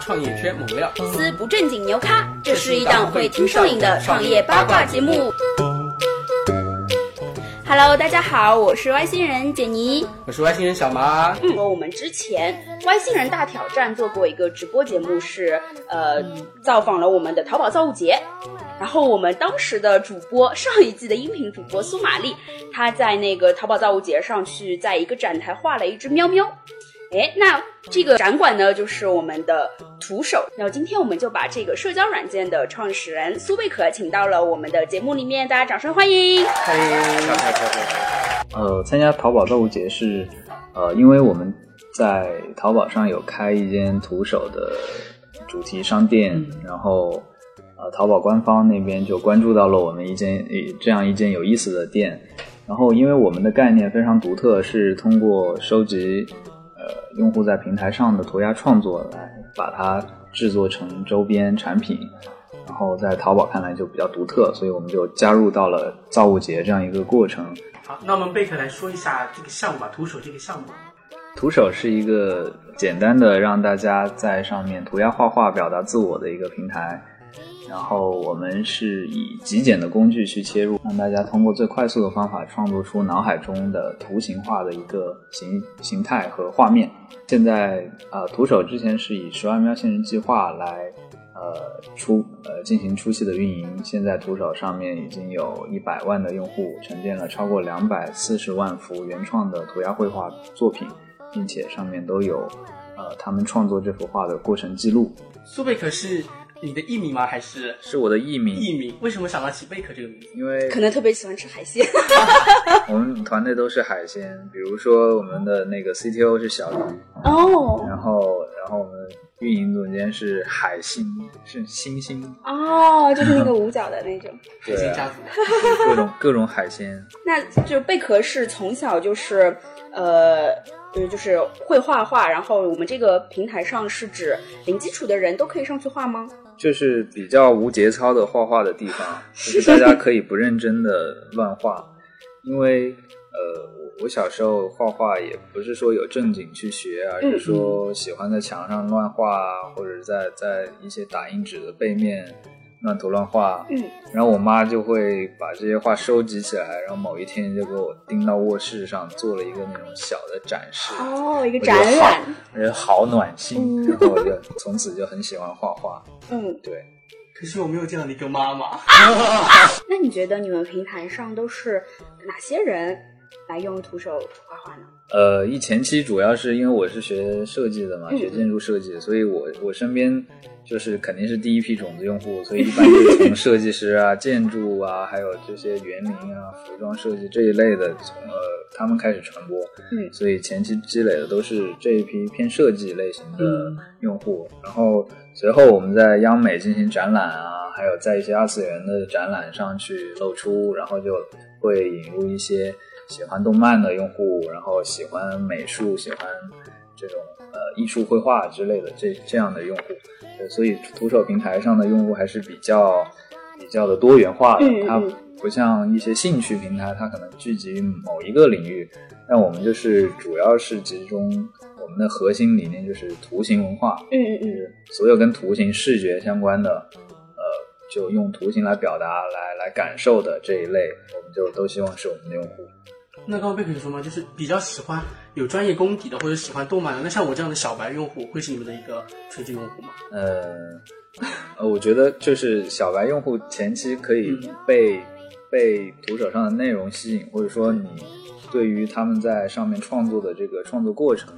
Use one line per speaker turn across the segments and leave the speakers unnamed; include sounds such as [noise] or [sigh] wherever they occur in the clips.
创业圈猛料，
撕不正经牛咖，这是一档会听上瘾的创业八卦节目。Hello，大家好，我是外星人简妮。
我是外星人小麻。
嗯，我们之前外星人大挑战做过一个直播节目是，呃造访了我们的淘宝造物节。然后我们当时的主播，上一季的音频主播苏玛丽，她在那个淘宝造物节上去，在一个展台画了一只喵喵。哎，那这个展馆呢，就是我们的徒手。那今天我们就把这个社交软件的创始人苏贝壳请到了我们的节目里面，大家掌声欢迎。
欢迎。
呃，参加淘宝购物节是，呃，因为我们在淘宝上有开一间徒手的主题商店，然后呃，淘宝官方那边就关注到了我们一间呃这样一间有意思的店，然后因为我们的概念非常独特，是通过收集呃用户在平台上的涂鸦创作来把它制作成周边产品。然后在淘宝看来就比较独特，所以我们就加入到了造物节这样一个过程。
好，那我们贝克来说一下这个项目吧，徒手这个项目。
徒手是一个简单的让大家在上面涂鸦画画表达自我的一个平台，然后我们是以极简的工具去切入，让大家通过最快速的方法创作出脑海中的图形化的一个形形态和画面。现在呃，徒手之前是以十万喵星人计划来呃出呃进行初期的运营，现在徒手上面已经有一百万的用户，沉淀了超过两百四十万幅原创的涂鸦绘画作品。并且上面都有呃他们创作这幅画的过程记录，
苏贝克是你的艺名吗？还是
是我的艺名，
艺名？为什么想到起贝克这个名字？
因为
可能特别喜欢吃海鲜， [laughs]
我们团队都是海鲜，比如说我们的那个 CTO 是小鱼，
哦
然后然后我们运营总监是海星，是星星，
哦，就是那个五角的那种。
对
海
啊
星家族。
各种各种海鲜，
那就是贝壳是从小就是呃。呃，就是会画画，然后我们这个平台上是指零基础的人都可以上去画吗？
就是比较无节操的画画的地
[laughs]
方，就是大家可以不认真的乱画，因为呃，我我小时候画画也不是说有正经去学，而是说喜欢在墙上乱画，或者在在一些打印纸的背面乱涂乱画。
嗯，
然后我妈就会把这些画收集起来，然后某一天就给我钉到卧室上，做了一个那种小的展示。
哦，一个
我觉
展
得
览，
好，我觉得好暖心，
嗯
然后我就从此就很喜欢画画。
嗯，
对，
可惜我没有这样的一个妈妈。
那你觉得你们平台上都是哪些人来用徒手画画呢？
呃，一前期主要是因为我是学设计的嘛，
嗯
学建筑设计，所以我我身边就是肯定是第一批种子用户，所以一般就是从设计师啊、建筑啊，还有这些园林啊、服装设计这一类的，从呃他们开始传播。
嗯
所以前期积累的都是这一批偏设计类型的用户，然后随后我们在央美进行展览啊，还有在一些二次元的展览上去露出，然后就会引入一些喜欢动漫的用户，然后喜欢美术、喜欢这种呃艺术绘画之类的这这样的用户，对，所以徒手平台上的用户还是比较比较的多元化的，
嗯
它
嗯
不像一些兴趣平台，它可能聚集于某一个领域，但我们就是主要是集中我们的核心理念就是图形文化，
嗯嗯嗯，
就是所有跟图形视觉相关的，呃，就用图形来表达、来来感受的这一类，我们就都希望是我们的用户。
那刚刚贝克有说吗？就是比较喜欢有专业功底的，或者喜欢动漫的。那像我这样的小白用户，会是你们的一个垂直用户吗？
呃，呃我觉得就是小白用户前期可以
嗯
被、被读者上的内容吸引，或者说你对于他们在上面创作的这个创作过程，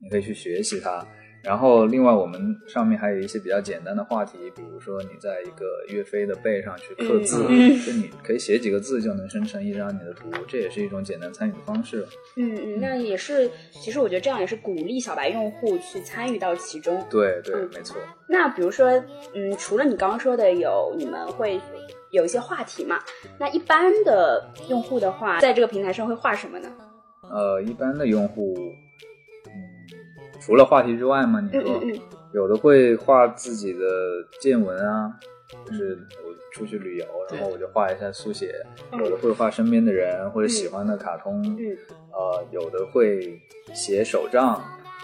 你可以去学习它。然后，另外我们上面还有一些比较简单的话题，比如说你在一个岳飞的背上去刻字，
嗯
就你可以写几个字就能生成一张你的图，这也是一种简单参与的方式。
嗯嗯，那也是，其实我觉得这样也是鼓励小白用户去参与到其中。
对对
嗯，
没错。
那比如说，嗯，除了你刚刚说的有你们会有一些话题嘛，那一般的用户的话，在这个平台上会画什么呢？
呃，一般的用户，嗯，除了话题之外嘛，你
嗯
说、
嗯
有的会画自己的见闻啊，就是我出去旅游，然后我就画一下速写；
嗯
有的会画身边的人或者喜欢的卡通，
嗯
呃，有的会写手账，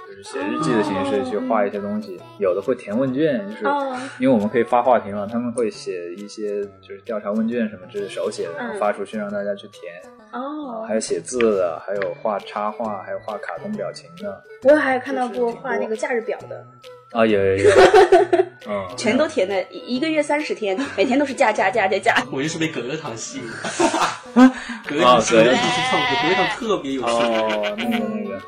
就是写日记的形式去画一些东西，有的会填问卷，
嗯
就是
哦
因为我们可以发话题嘛，他们会写一些就是调查问卷什么，这是手写的，然后
嗯
发出去让大家去填，
哦，
还有写字的，还有画插画，还有画卡通表情的，
我还看到过画那个假日表的，
啊，
[laughs]
有有有，嗯，
全都填的，一一个月三十天，每天都是加加加加加。
我就是被葛优躺吸引
[laughs]
的，葛优躺
哦
是葛优
对
躺是创作，葛优躺特别有趣。
哦，那个那个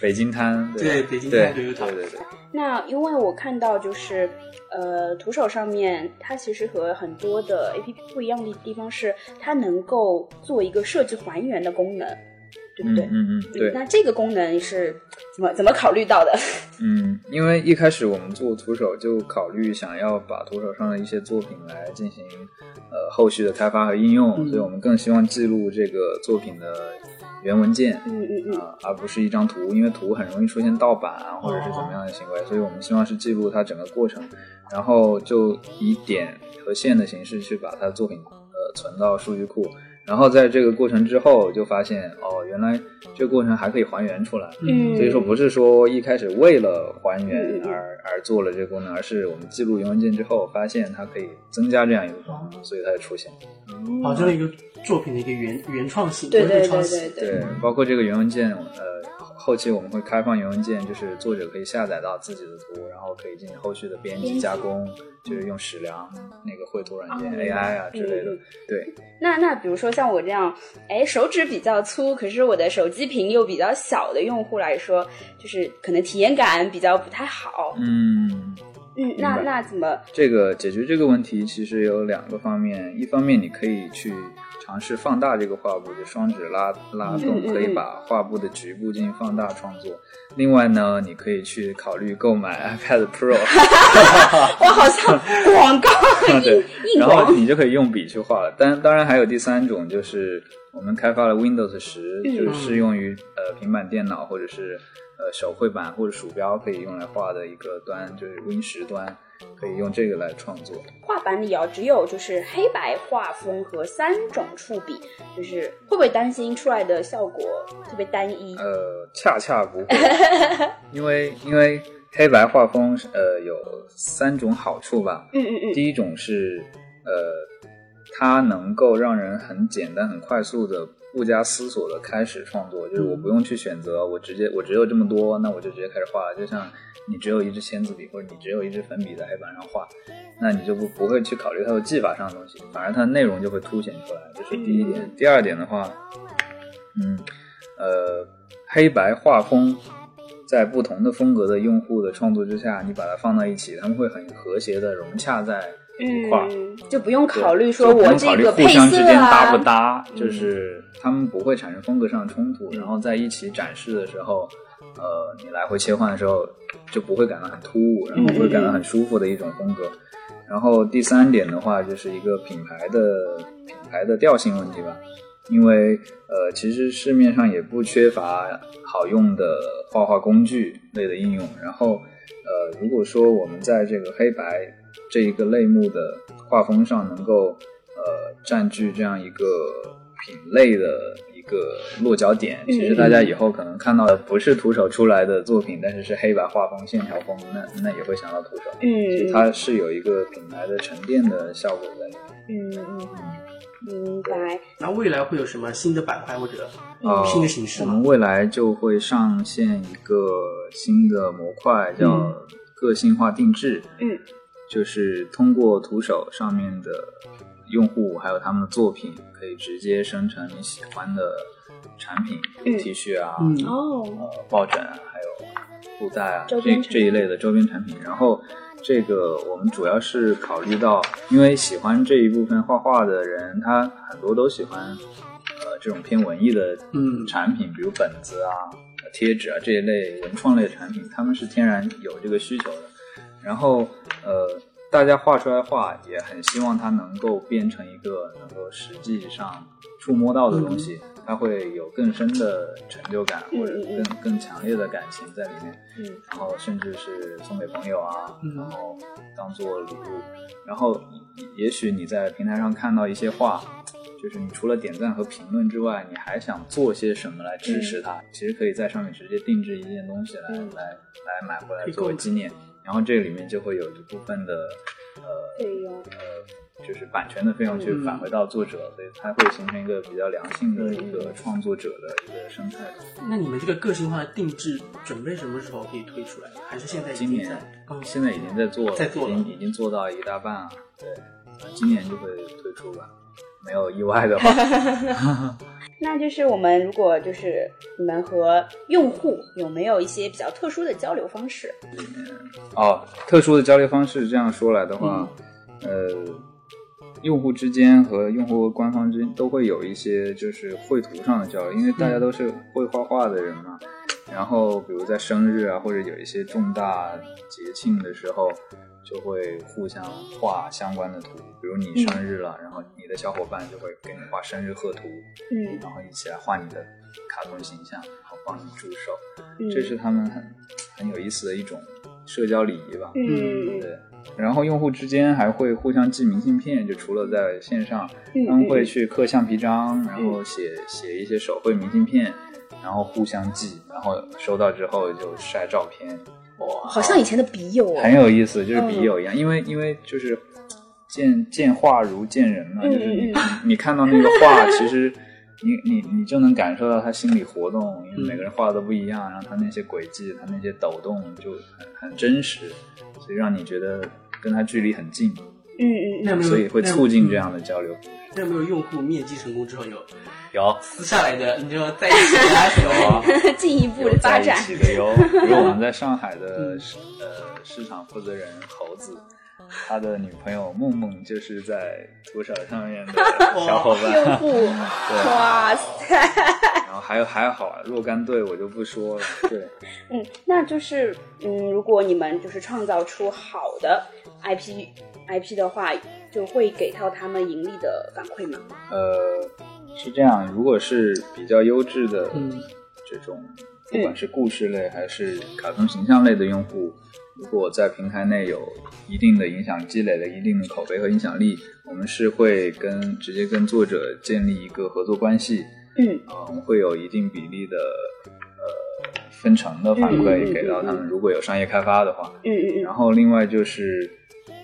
北京滩，
嗯对
对
北京
对
滩
对对对对，
[laughs] 那因为我看到就是，呃，徒手上面它其实和很多的 A P P 不一样的地方是，它能够做一个设计还原的功能，对不
嗯
对？
嗯嗯，对，
那这个功能是怎么怎么考虑到的？
嗯，因为一开始我们做徒手就考虑想要把徒手上的一些作品来进行呃后续的开发和应用，
嗯
所以我们更希望记录这个作品的原文件啊、
嗯嗯嗯，
而不是一张图，因为图很容易出现盗版啊或者是怎么样的行为，
哦
所以我们希望是记录它整个过程，然后就以点和线的形式去把它的作品呃存到数据库。然后在这个过程之后，就发现哦，原来这个过程还可以还原出来，
嗯
所以说不是说一开始为了还原
嗯
而而做了这个功能，而是我们记录原文件之后，发现它可以增加这样一个功
哦
能，所以它就出现。
保证了一个作品的一个原原创性，
对
原
对
有创
对
新
对对。
对，包括这个原文件，呃，后期我们会开放原文件，就是作者可以下载到自己的图，然后可以进行后续的编辑加工，就是用矢量那个绘图软件 AI 啊之类的
嗯。
对，
那那比如说像我这样，哎，手指比较粗，可是我的手机屏又比较小的用户来说，就是可能体验感比较不太好。
嗯。
嗯，那
明白
那怎么？
这个解决这个问题其实有两个方面，一方面你可以去尝试放大这个画布，就双指拉拉动，
嗯嗯
可以把画布的局部进行放大创作。另外呢，你可以去考虑购买 iPad Pro，
哇，好
[laughs]
像广告硬
啊对，
硬
[laughs] 然后
广。
你就可以用笔去画了。当当然还有第三种，就是我们开发了 Windows 十，
嗯
就是适用于呃平板电脑或者是呃手绘板或者鼠标可以用来画的一个端，就是 Win 十端，可以用这个来创作。
画板里啊，只有就是黑白画风和三种触笔，就是会不会担心出来的效果特别单一？
呃，恰恰不会，因为因为黑白画风是呃有三种好处吧。
嗯嗯嗯，
第一种是呃，它能够让人很简单、很快速的。不加思索的开始创作，就是我不用去选择，我直接我只有这么多，那我就直接开始画。就像你只有一支签字笔，或者你只有一支粉笔在黑板上画，那你就不不会去考虑它的技法上的东西，反而它的内容就会凸显出来，这是第一点。第二点的话，嗯，呃，黑白画风在不同的风格的用户的创作之下，你把它放到一起，他们会很和谐的融洽在一块儿。
嗯，就不用考虑
对
说
就不
我
用
这
考虑
个
互
配
相之
色
间搭
啊
不，搭，就是他们不会产生风格上的冲突，
嗯
然后在一起展示的时候，呃，你来回切换的时候就不会感到很突兀，
嗯
然后会感到很舒服的一种风格。然后第三点的话，就是一个品牌的品牌的调性问题吧，因为呃，其实市面上也不缺乏好用的画画工具类的应用。然后呃，如果说我们在这个黑白这一个类目的画风上能够呃占据这样一个品类的一个落脚点，
嗯
其实大家以后可能看到的不是徒手出来的作品，但是是黑白画风、线条风，那那也会想到徒手。
嗯，
它是有一个品牌的沉淀的效果在里面。
嗯嗯，明白。
那未来会有什么新的板块或者
嗯
呃
新的形式
我
吗
们？未来就会上线一个新的模块，叫个性化定制。
嗯，
就是通过徒手上面的用户还有他们的作品，可以直接生成你喜欢的产品、
嗯
T 恤啊、
嗯，
哦，
呃抱枕啊，还有布袋啊，
周
这
边产品
这一类的周边产品。然后这个我们主要是考虑到，因为喜欢这一部分画画的人，他很多都喜欢呃这种偏文艺的
嗯
产品，比如本子啊、呃贴纸啊这一类文创类的产品，他们是天然有这个需求的。然后呃，大家画出来的画也很希望它能够变成一个能够实际上触摸到的东西，它会有更深的成就感
嗯
或者
嗯嗯
更更强烈的感情在里面。
嗯，
然后甚至是送给朋友啊，
嗯
然后当做礼物。然后也也许你在平台上看到一些画，就是你除了点赞和评论之外，你还想做些什么来支持它？其实可以在上面直接定制一件东西来、
嗯
来来买回来
可以
作为
购买
纪念，然后这里面就会有一部分的呃
费用，
呃就是版权的费用去
嗯
返回到作者，所以它会形成一个比较良性的一
嗯
个创作者的一个生态。
那你们这个个性化的定制准备什么时候可以推出来？还是现在已
今
经
年
在？嗯，
现在已经在做了，
在做了
已经已经做到一大半了。对，今年就会推出吧，没有意外的话。 [laughs]
那就是我们如果就是你们和用户有没有一些比较特殊的交流方式？
哦，特殊的交流方式这样说来的话，
嗯
呃，用户之间和用户官方之间都会有一些就是绘图上的交流，因为大家都是会画画的人
嗯
嘛。然后比如在生日啊，或者有一些重大节庆的时候，就会互相画相关的图。比如你生日
嗯
了，然后你的小伙伴就会给你画生日贺图，
嗯
然后一起来画你的卡通形象，然后帮你祝寿。
嗯，
这是他们很很有意思的一种社交礼仪吧。
嗯嗯
对，然后用户之间还会互相寄明信片，就除了在线上，
嗯，
他们会
嗯
去刻橡皮章，然后写写一些手绘明信片，然后互相寄，然后收到之后就晒照片，
嗯好像以前的笔友哦
很，有意思，就是笔友一样，因为因为就是见见画如见人嘛，
嗯
就是
嗯
你你 [laughs] 你看到那个画，其实你你你就能感受到他心理活动，因为每个人画的都不一样，然后他那些轨迹，他那些抖动就很很真实，所以让你觉得跟他距离很近，嗯
嗯嗯
那有没有嗯
所以会促进这样的交流。
那有没有用户面基成功之后有
有
私下来的，你就在一起
[laughs]
拉手啊？
嗯，进一步的发展，
有在一起的有， [laughs] 比如我们在上海的市呃市场负责人猴子，他的女朋友梦梦就是在图手上面的小
[laughs]
伙
用
伴，
户，
对，
哇塞，
然后还有还好啊，若干队我就不说了，对，
嗯，那就是嗯，如果你们就是创造出好的 IP IP 的话，就会给到他们盈利的反馈吗？
呃，是这样，如果是比较优质的
嗯
这种，不管是故事类还是卡通形象类的用户，如果在平台内有一定的影响，积累了一定的口碑和影响力，我们是会跟直接跟作者建立一个合作关系，
嗯
呃，我们会有一定比例的呃分成的反
嗯嗯嗯
馈给到他们，如果有商业开发的话，
嗯嗯
然后另外就是，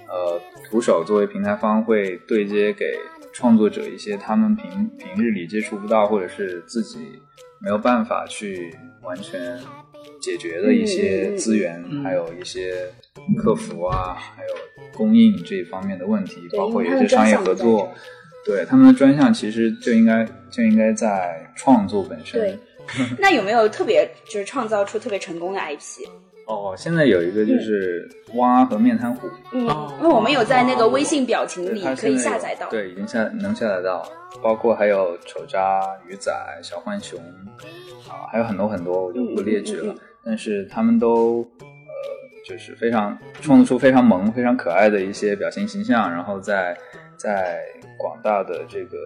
呃，徒手作为平台方会对接给创作者一些他们平平日里接触不到，或者是自己没有办法去完全解决的一些资源，
嗯嗯嗯
还有一些客服啊，还有供应这一方面的问题，
对
包括
因
有
为
一些商业合
他们专项不在
作。对他们的专项其实就应该就应该在创作本身。
对嗯，那有没有特别就是创造出特别成功的 IP？
哦，现在有一个就是蛙和面瘫虎，
嗯，
哦
因为我们有在那个微信表情
对
里
它
可
现
以
在
下
有
载到。
对，已经下能下载到，包括还有丑渣、鱼仔、小浣熊啊，还有很多很多，我就不列举
嗯
了。
嗯嗯
但是他们都呃，就是非常创作出非常萌、非常可爱的一些表情形象，然后在在广大的这个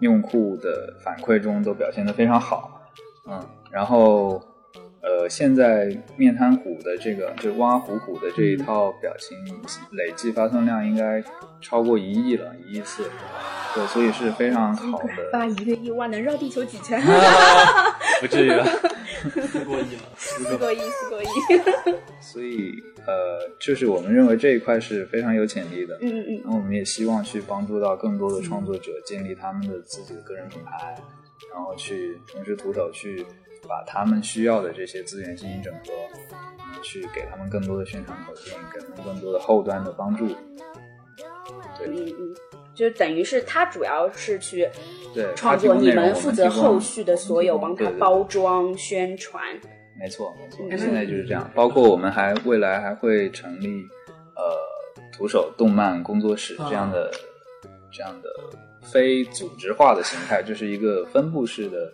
用户的反馈中都表现得非常好。嗯，然后呃，现在面瘫虎的这个就是蛙虎虎的这一套表情累计发送量应该超过一亿了，一亿次，对，所以是非常好的，
一个亿万能绕地球几
[laughs]
圈？
不至于吧？
不过瘾了。
四个亿，四
[laughs]
个亿。
所以呃，就是我们认为这一块是非常有潜力的。
嗯嗯
然后我们也希望去帮助到更多的创作者建立他们的自己的个人品牌，然后去同时徒手去把他们需要的这些资源进行整合，嗯去给他们更多的宣传口径，给他们更多的后端的帮助。
嗯嗯嗯，就等于是他主要是去
对，
创
他提
作，
供
你
内容
们
我
负责
提供
后续的所有，帮他
对对对
包装宣传。
没错，没错，
嗯
现在就是这样。包括我们还未来还会成立呃徒手动漫工作室
啊
这样的、这样的非组织化的形态，就是一个分布式的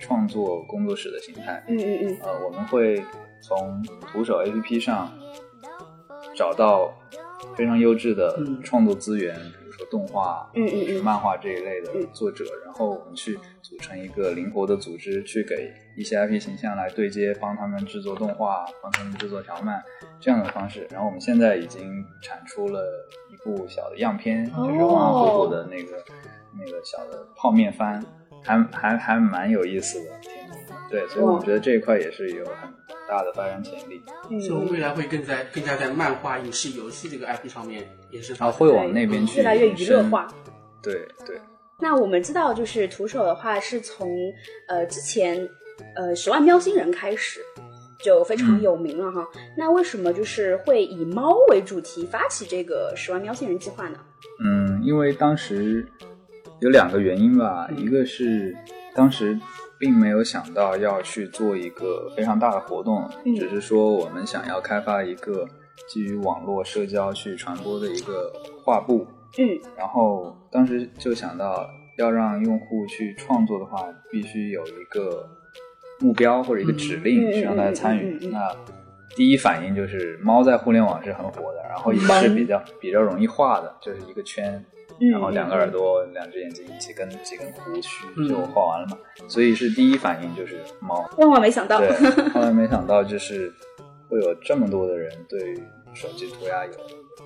创作工作室的形态。
嗯嗯嗯
呃，我们会从徒手 APP 上找到非常优质的
嗯
创作资源，比如说动画、
嗯嗯嗯
漫画这一类的
嗯
作者，然后我们去组成一个灵活的组织，去给一些 IP 形象来对接，帮他们制作动画，帮他们制作条漫这样的方式。然后我们现在已经产出了一部小的样片，
哦
就是旺旺火火的那个那个小的泡面番，还还还蛮有意思的。对，所以我
哇
觉得这一块也是有很大的发展潜力。
[laughs] 就
嗯，
未来会更在更加在漫画、影视、游戏这个 IP 上面延伸发
然后
展。
啊会往那边
嗯
去
越来越
引
娱乐
申
化。
对对，
那我们知道，就是徒手的话是从呃之前呃十万喵星人开始就非
嗯
常有名了哈。那为什么就是会以猫为主题发起这个十万喵星人计划呢？
嗯，因为当时有两个原因吧，
嗯
一个是当时并没有想到要去做一个非常大的活动，
嗯
只是说我们想要开发一个基于网络社交去传播的一个画布，
嗯
然后当时就想到，要让用户去创作的话，必须有一个目标或者一个指
嗯嗯
令
嗯
去让大家参与
嗯嗯。嗯嗯
那第一反应就是猫在互联网是很火的，然后也是比较比较容易画的，就是一个圈，
嗯，
然后两个耳朵、两只眼睛、几根几根胡
嗯
须就画完了嘛。所以是第一反应就是猫。
万万没想到，
对，后来没想到就是会有这么多的人对于手机涂鸦有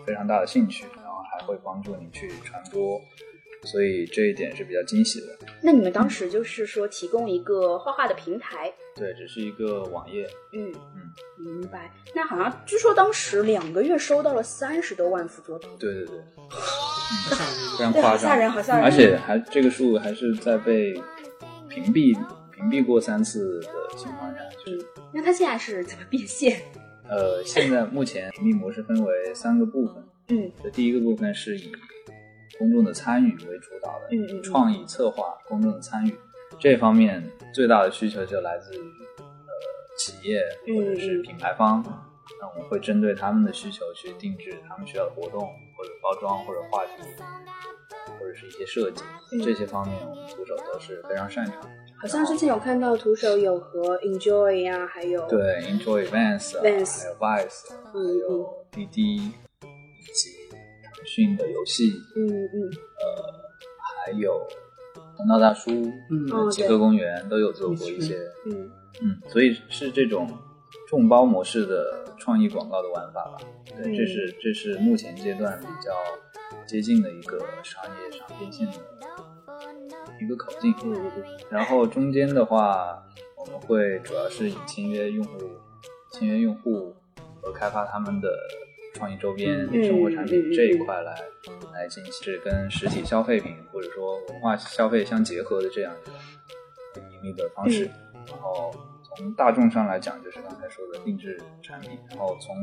非常大的兴趣，然后还会帮助你去传播，所以这一点是比较惊喜的。
那你们当时就是说提供一个画画的平台，
对，只是一个网页，
嗯明白。那好像据说当时两个月收到了三十多万幅作品，
对对对，
像那个
非常
对，好
夸
吓
张，
人，好吓人。
而且还这个数还是在被屏蔽屏蔽过三次的情况下，就是
那它现在是怎么变现？
呃，现在目前屏蔽模式分为三个部分，
嗯
这第一个部分是以公众的参与为主导的，
嗯嗯嗯
创意策划、公众的参与这方面最大的需求就来自于呃企业
嗯
或者是品牌方，那我们会针对他们的需求去定制他们需要的活动或者包装或者话题。或者是一些设计，
嗯
这些方面我们徒手都是非常擅长的。
好像之前有看到徒手有和 Enjoy 啊，还有
对 Enjoy Vans，、啊、
Vans
还有 Vice，、啊
嗯
还有滴滴，以及腾讯的游戏，
嗯嗯
还有红道大叔、
嗯
哦
极客公园都有做过一些，
嗯，
嗯，所以是这种众包模式的创意广告的玩法吧。对，
嗯
这是这是目前阶段比较接近的一个商业上变现的一个口径。
嗯嗯嗯
然后中间的话，我们会主要是以签约用户、签约用户和开发他们的创意周边、
嗯
生活
嗯
产
嗯
品
嗯
这一块来、来进行，是跟实体消费品或者说文化消费相结合的这样一个盈利的方式。
嗯
然后从大众上来讲，就是刚才说的定制产品；然后从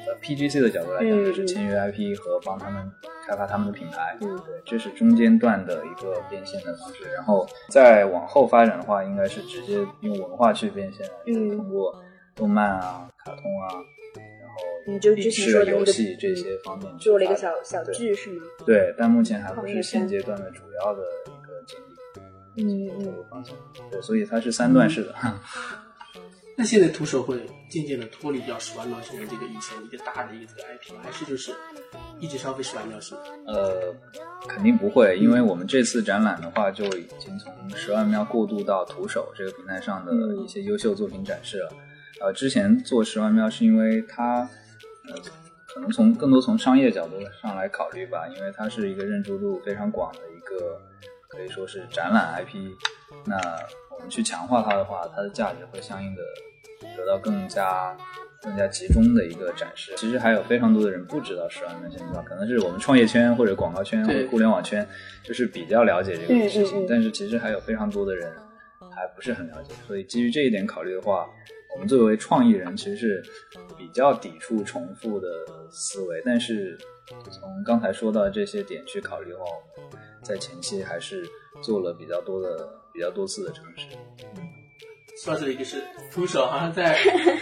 呃 PGC 的角度来讲，
嗯
就是
嗯
签约 IP 和帮他们开发他们的品牌。
嗯
对，这是中间段的一个变现的方式。然后再往后发展的话，应该是直接用文化去变现，
嗯
就是通过动漫啊、卡通啊，然后
你嗯就之
影
前
视、
说的那
游
个嗯
戏这些方面去
做了一个
发展
小小
对
剧是吗？
对，但目前还不
创
是
业
现
圈
阶段的主要的一个精力。
嗯
投入方向，对，所以它是三段式的。
那现在徒手会渐渐的脱离掉十万秒星人这个以前一个大的一个这个 IP，还是就是一直消费十万秒星人？
呃，肯定不会，因为我们这次展览的话，就已经从十万喵过渡到徒手这个平台上的一些优秀作品展示了。呃，之前做十万喵是因为它，呃，可能从更多从商业角度上来考虑吧，因为它是一个认知度非常广的一个，可以说是展览 IP。那我们去强化它的话，它的价值会相应的得到更加更加集中的一个展示。其实还有非常多的人不知道十万元现金可能是我们创业圈或者广告圈或
对
者互联网圈，就是比较了解这个事
嗯
情，
嗯嗯
但是其实还有非常多的人还不是很了解。所以基于这一点考虑的话，我们作为创意人其实是比较抵触重复的思维，但是从刚才说到这些点去考虑的话，我们在前期还是做了比较多的、比较多次的尝试。
说到这里就是徒手好像在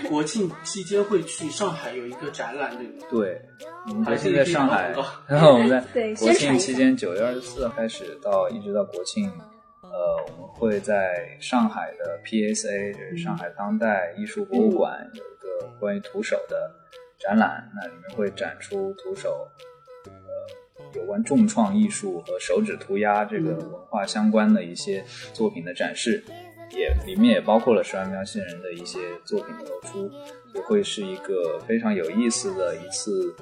国庆期间会去上海有一个展览，对吗？
嗯对，我们
还是
决定
一
在
个
上海
广告，
然后我们在
对
国
宣传
庆
一
期
下
间九月二十四开始到一直到国庆，呃，我们会在上海的 PSA，就是
嗯
上海当代艺术博物馆有一个关于徒手的展览，那里面会展出徒手。呃有关重创艺术和手指涂鸦这
嗯
个文化相关的一些作品的展示，也里面也包括了十万喵星人的一些作品的露出，也会是一个非常有意思的一次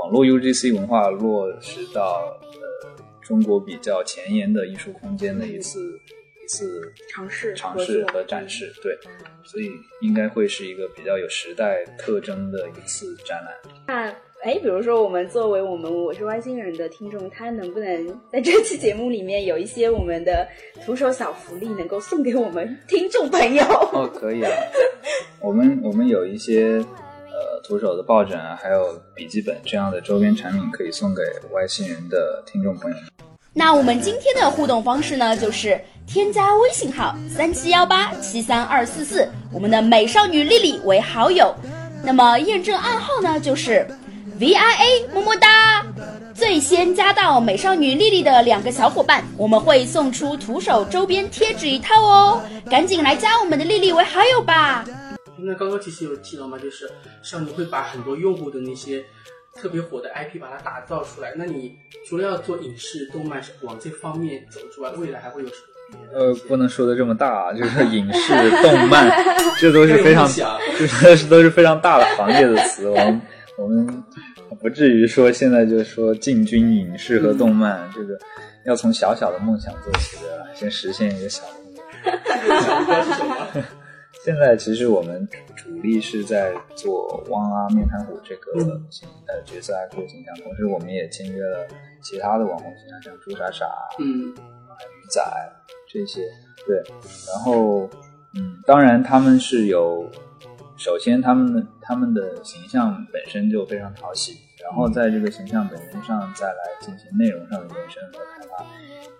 网络 UGC 文化落实到呃中国比较前沿的艺术空间的一次一次
尝试
尝
嗯合
试
作
和展示，对，所以应该会是一个比较有时代特征的一次展览。
哎，比如说我们作为我们我是外星人的听众，他能不能在这期节目里面有一些我们的徒手小福利，能够送给我们听众朋
[laughs]
友？
哦，可以啊。我们我们有一些呃徒手的抱枕啊，还有笔记本这样的周边产品可以送给外星人的听众朋友们。
那我们今天的互动方式呢，就是添加微信号三七幺八七三二四四，我们的美少女丽丽为好友。那么验证暗号呢，就是 V I A 么么哒。最先加到美少女丽丽的两个小伙伴，我们会送出徒手周边贴纸一套哦！赶紧来加我们的丽丽为好友吧。
那刚刚其实有提到嘛，就是像你会把很多用户的那些特别火的 IP 把它打造出来，那你除了要做影视、动漫往这方面走之外，未来还会有什么别的？
呃，不能说的这么大啊，就是影视、动漫，这都是非
要有
常
梦想，
[laughs] 这都是非常大的行业的词。我们我们不至于说现在就说进军影视和动漫，这个要从小小的梦想做起的，先实现一个小的梦想。
想目标是什么？
现在其实我们主力是在做汪阿面瘫虎这个形呃角色 IP 形象，同时我们也签约了其他的网红形象，像朱傻啊傻、
嗯，
鱼仔这些。对，然后嗯，当然他们是有，首先他们的他们的形象本身就非常讨喜，然后在这个形象本身上再来进行内容上的延伸和开发。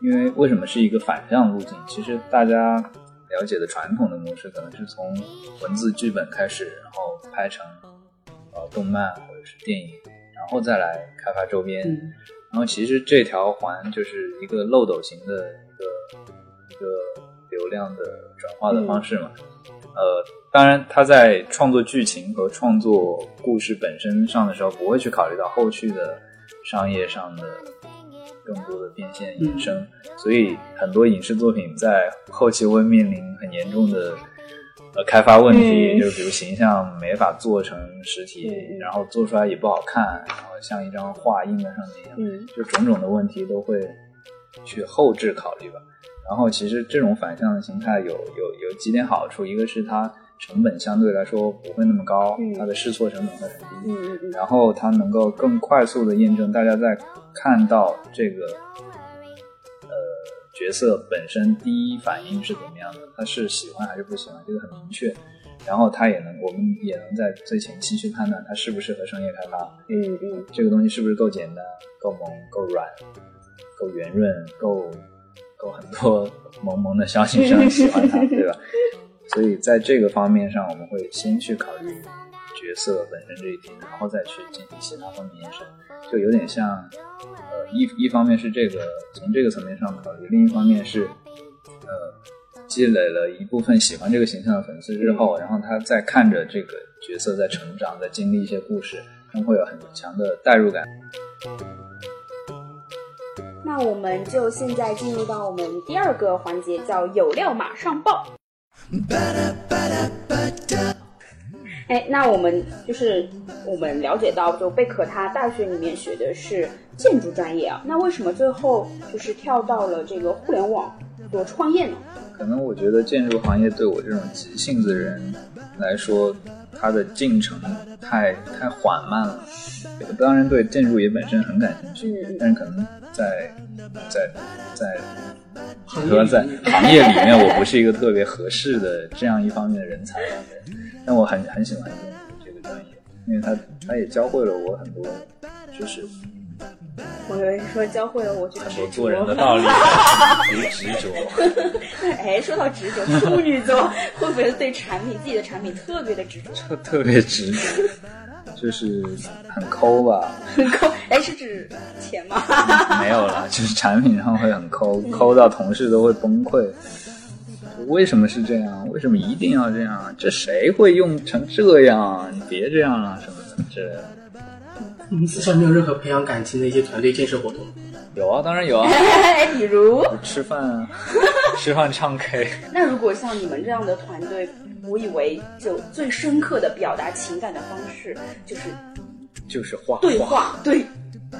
因为为什么是一个反向路径？其实大家了解的传统的模式可能是从文字剧本开始，然后拍成呃动漫或者是电影，然后再来开发周边。
嗯
然后其实这条环就是一个漏斗型的一个一个流量的转化的方式嘛。呃，当然他在创作剧情和创作故事本身上的时候，不会去考虑到后续的商业上的更多的变现衍生，所以很多影视作品在后期会面临很严重的。呃，开发问题、
嗯
就是比如形象没法做成实体，
嗯嗯
然后做出来也不好看，然后像一张画印在上面一样，
嗯
就种种的问题都会去后置考虑吧。然后其实这种反向的形态有有有几点好处，一个是它成本相对来说不会那么高，
嗯
它的试错成本会很低，
嗯嗯嗯，
然后它能够更快速的验证大家在看到这个呃角色本身第一反应是怎么样的，他是喜欢还是不喜欢，这个很明确。然后他也能，我们也能在最前期去判断它适不适合商业开发。
嗯嗯，
这个东西是不是够简单、够萌、够软、够圆润、够够很多萌萌的小女生喜欢它，对吧？所以在这个方面上，我们会先去考虑角色本身这一点，然后再去进行其他方面延伸，就有点像，呃，一一方面是这个从这个层面上考虑，另一方面是，呃，积累了一部分喜欢这个形象的粉丝之后，然后他再看着这个角色在成长，在经历一些故事，他们会有很强的代入感。
那我们就现在进入到我们第二个环节，叫有料马上报。哎，那我们就是我们了解到，就贝壳他大学里面学的是建筑专业啊，那为什么最后就是跳到了这个互联网做创业呢？
可能我觉得建筑行业对我这种急性子的人来说，它的进程太太缓慢了。我当然对建筑也本身很感兴趣
嗯，
但是可能在在在
行
和
业
在
里面
行业里面，我不是一个特别合适的这样一方面的人才，但我很很喜欢这个专业，因为它它也教会了我很多知识，
我以为说教会了我去
很
执
多
着，
做人的道理，执执着。
[laughs] 哎，说到执着，处女座 [laughs] 会不会对产品自己的产品特别的执着？ [laughs]
特特别执着，就是很抠吧？
哎，是指钱吗？ [laughs]
没有啦，就是产品上会很抠，抠到同事都会崩溃。为什么是这样？为什么一定要这样？这谁会用成这样？你别这样啊，什么什么之类的。
你们私下没有任何培养感情的一些团队建设活动吗？
有啊，当
[laughs]
然有啊，
比哎如，
吃
[laughs]
饭啊，吃饭唱 K。
那如果像你们这样的团队，我以为就最深刻的表达情感的方式就是
就是画
对，话，对。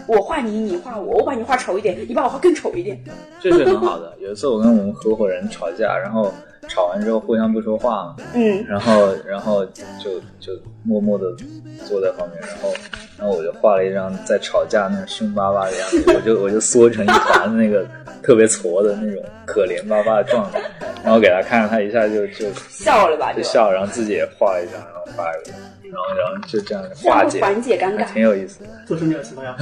我画你，你画我，我把你画丑一点，你把我画更丑一点。
这是很好的。有一次我跟我们合伙人吵架，然后吵完之后互相不说话嘛，
嗯，
然后然后就就默默的坐在旁边，然后然后我就画了一张在吵架那凶巴巴的样
[laughs]
子，我就我就缩成一团那个特别矬的那种可怜巴巴的状态，然后给他看，他一下就就
笑了吧，
就
对吧？
笑，然后自己也画了一张，然后发给我，然后然后就这样
然
化
后
解，
缓解尴
还 [laughs]
尬。
挺有意思的。
做出那种情况呀？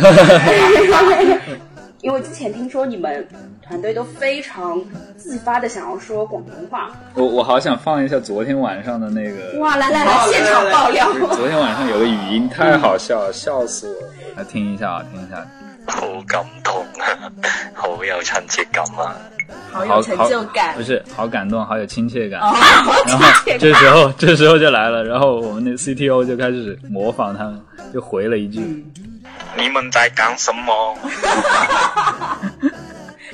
因为之前听说你们团队都非常自发的想要说广东话，
我我好想放一下昨天晚上的那个
哇，来来来，现场爆料。
昨天晚上有个语音太好笑了，笑死我了！来听一下啊，听一下，
好感動啊， [laughs] 好有親切感啊！
好
好
有成就感
好不是好感动，好有亲切感。
啊！ [laughs] 好
然
亲
后
切
这
感。
时候，这时候就来了，然后我们那 CTO 就开始模仿他们，就回了一句，
嗯
你们在干什么？
[laughs]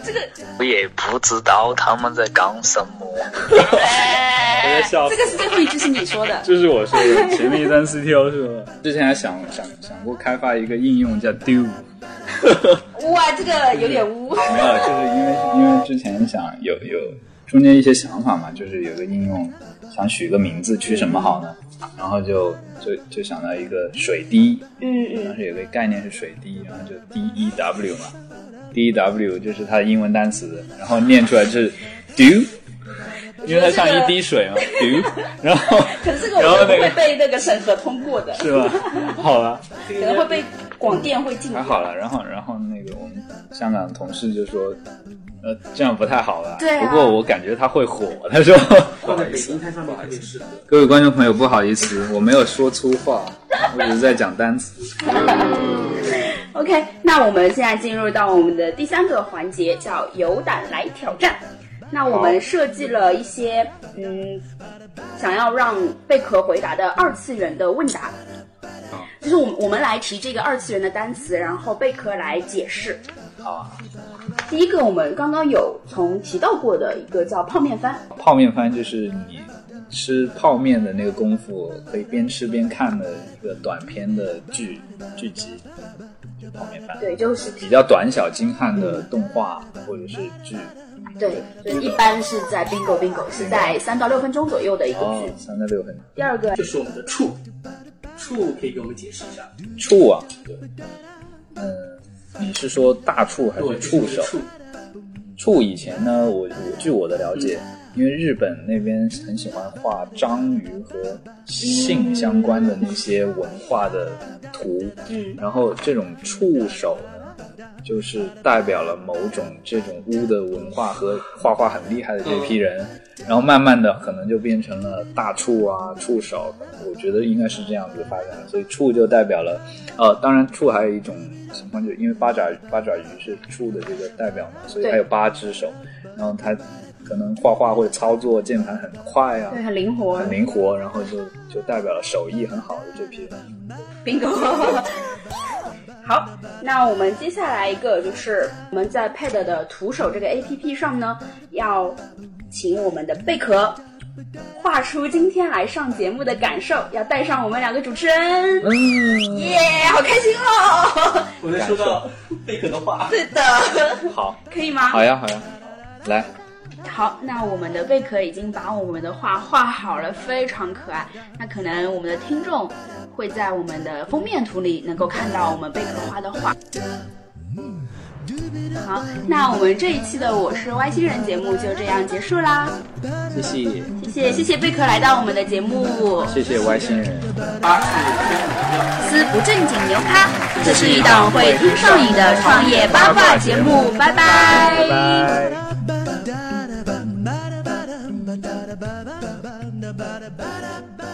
这个
我也不知道他们在干什么。
我就哎笑
这个是最后一句是你说的，
这是我说的，前面一段 CTO 说的。之前还想想想过开发一个应用叫 Do，
哇，这个有点污。
没有，就是因为因为之前想有有中间一些想法嘛，就是有个应用想取个名字，取什么好呢？然后就就就想到一个水滴，
嗯
当
嗯，
时有个概念是水滴，然后就 D E W 嘛，D E W 就是它的英文单词，然后念出来就是
[laughs]
do，因为它像一滴水嘛 do，然后
可是这个我
然后
觉得
那
会
个
被那个审核通过的，
是吧？好吧，
可能会被广电会禁止
还。
[laughs]
好了。然后然后那个我们香港同事就说，呃，这样不太好了。
对啊
不过我感觉它会火，他说。 [laughs]
放在北京摊上面特别适合。
各位观众朋友，不好意思，我没有说粗话，我只是在讲单词。
OK，那我们现在进入到我们的第三个环节，叫有胆来挑战。那我们设计了一些，嗯，想要让贝壳回答的二次元的问答，
哦
就是我们我们来提这个二次元的单词，然后贝壳来解释。
好啊，
第一个我们刚刚有从提到过的一个叫泡面番，
泡面番就是你吃泡面的那个功夫，可以边吃边看的一个短片的剧剧集，就泡面番，
对，就是
比较短小精悍的动画或者是剧。
对，就是一般是在 Bingo Bingo 是在三到六分钟左右的一个
哦
剧。，
三到六分钟。
第二个
就是我们的处，处可以给我们解释一下？
畜啊，嗯，你是说大畜还是畜
手
手？畜以前呢，我我据我的了解，因为日本那边很喜欢画章鱼和性相关的那些文化的图，
嗯，
然后这种触手呢，就是代表了某种这种巫的文化和画画很厉害的这批人，然后慢慢的可能就变成了大触啊、触手，我觉得应该是这样子发展的，所以触就代表了，呃，当然触还有一种情况，就因为八爪八爪鱼是触的这个代表嘛，所以
对
它有八只手，然后它可能画画或者操作键盘很快啊
对，很灵活
很灵活，然后就就代表了手艺很好的这批人。
bingo。好，那我们接下来一个就是我们在 Pad 的徒手这个 APP 上呢，要请我们的贝壳画出今天来上节目的感受，要带上我们两个主持人，
嗯，
耶、好开心哦！
我能收到 [laughs] 贝壳的话，
对的，
好，
[laughs] 可以吗？
好呀，好呀，来。
好，那我们的贝壳已经把我们的画画好了，非常可爱。那可能我们的听众会在我们的封面图里能够看到我们贝壳画的画。好，那我们这一期的《我是外星人》节目就这样结束啦，
谢谢，
谢谢谢谢贝壳来到我们的节目，
谢谢外星人。
丝不正经牛咖，这是一档会听上瘾的创业八卦节目，拜拜
拜。
ba da ba da ba da ba da ba da ba da ba da ba da ba da ba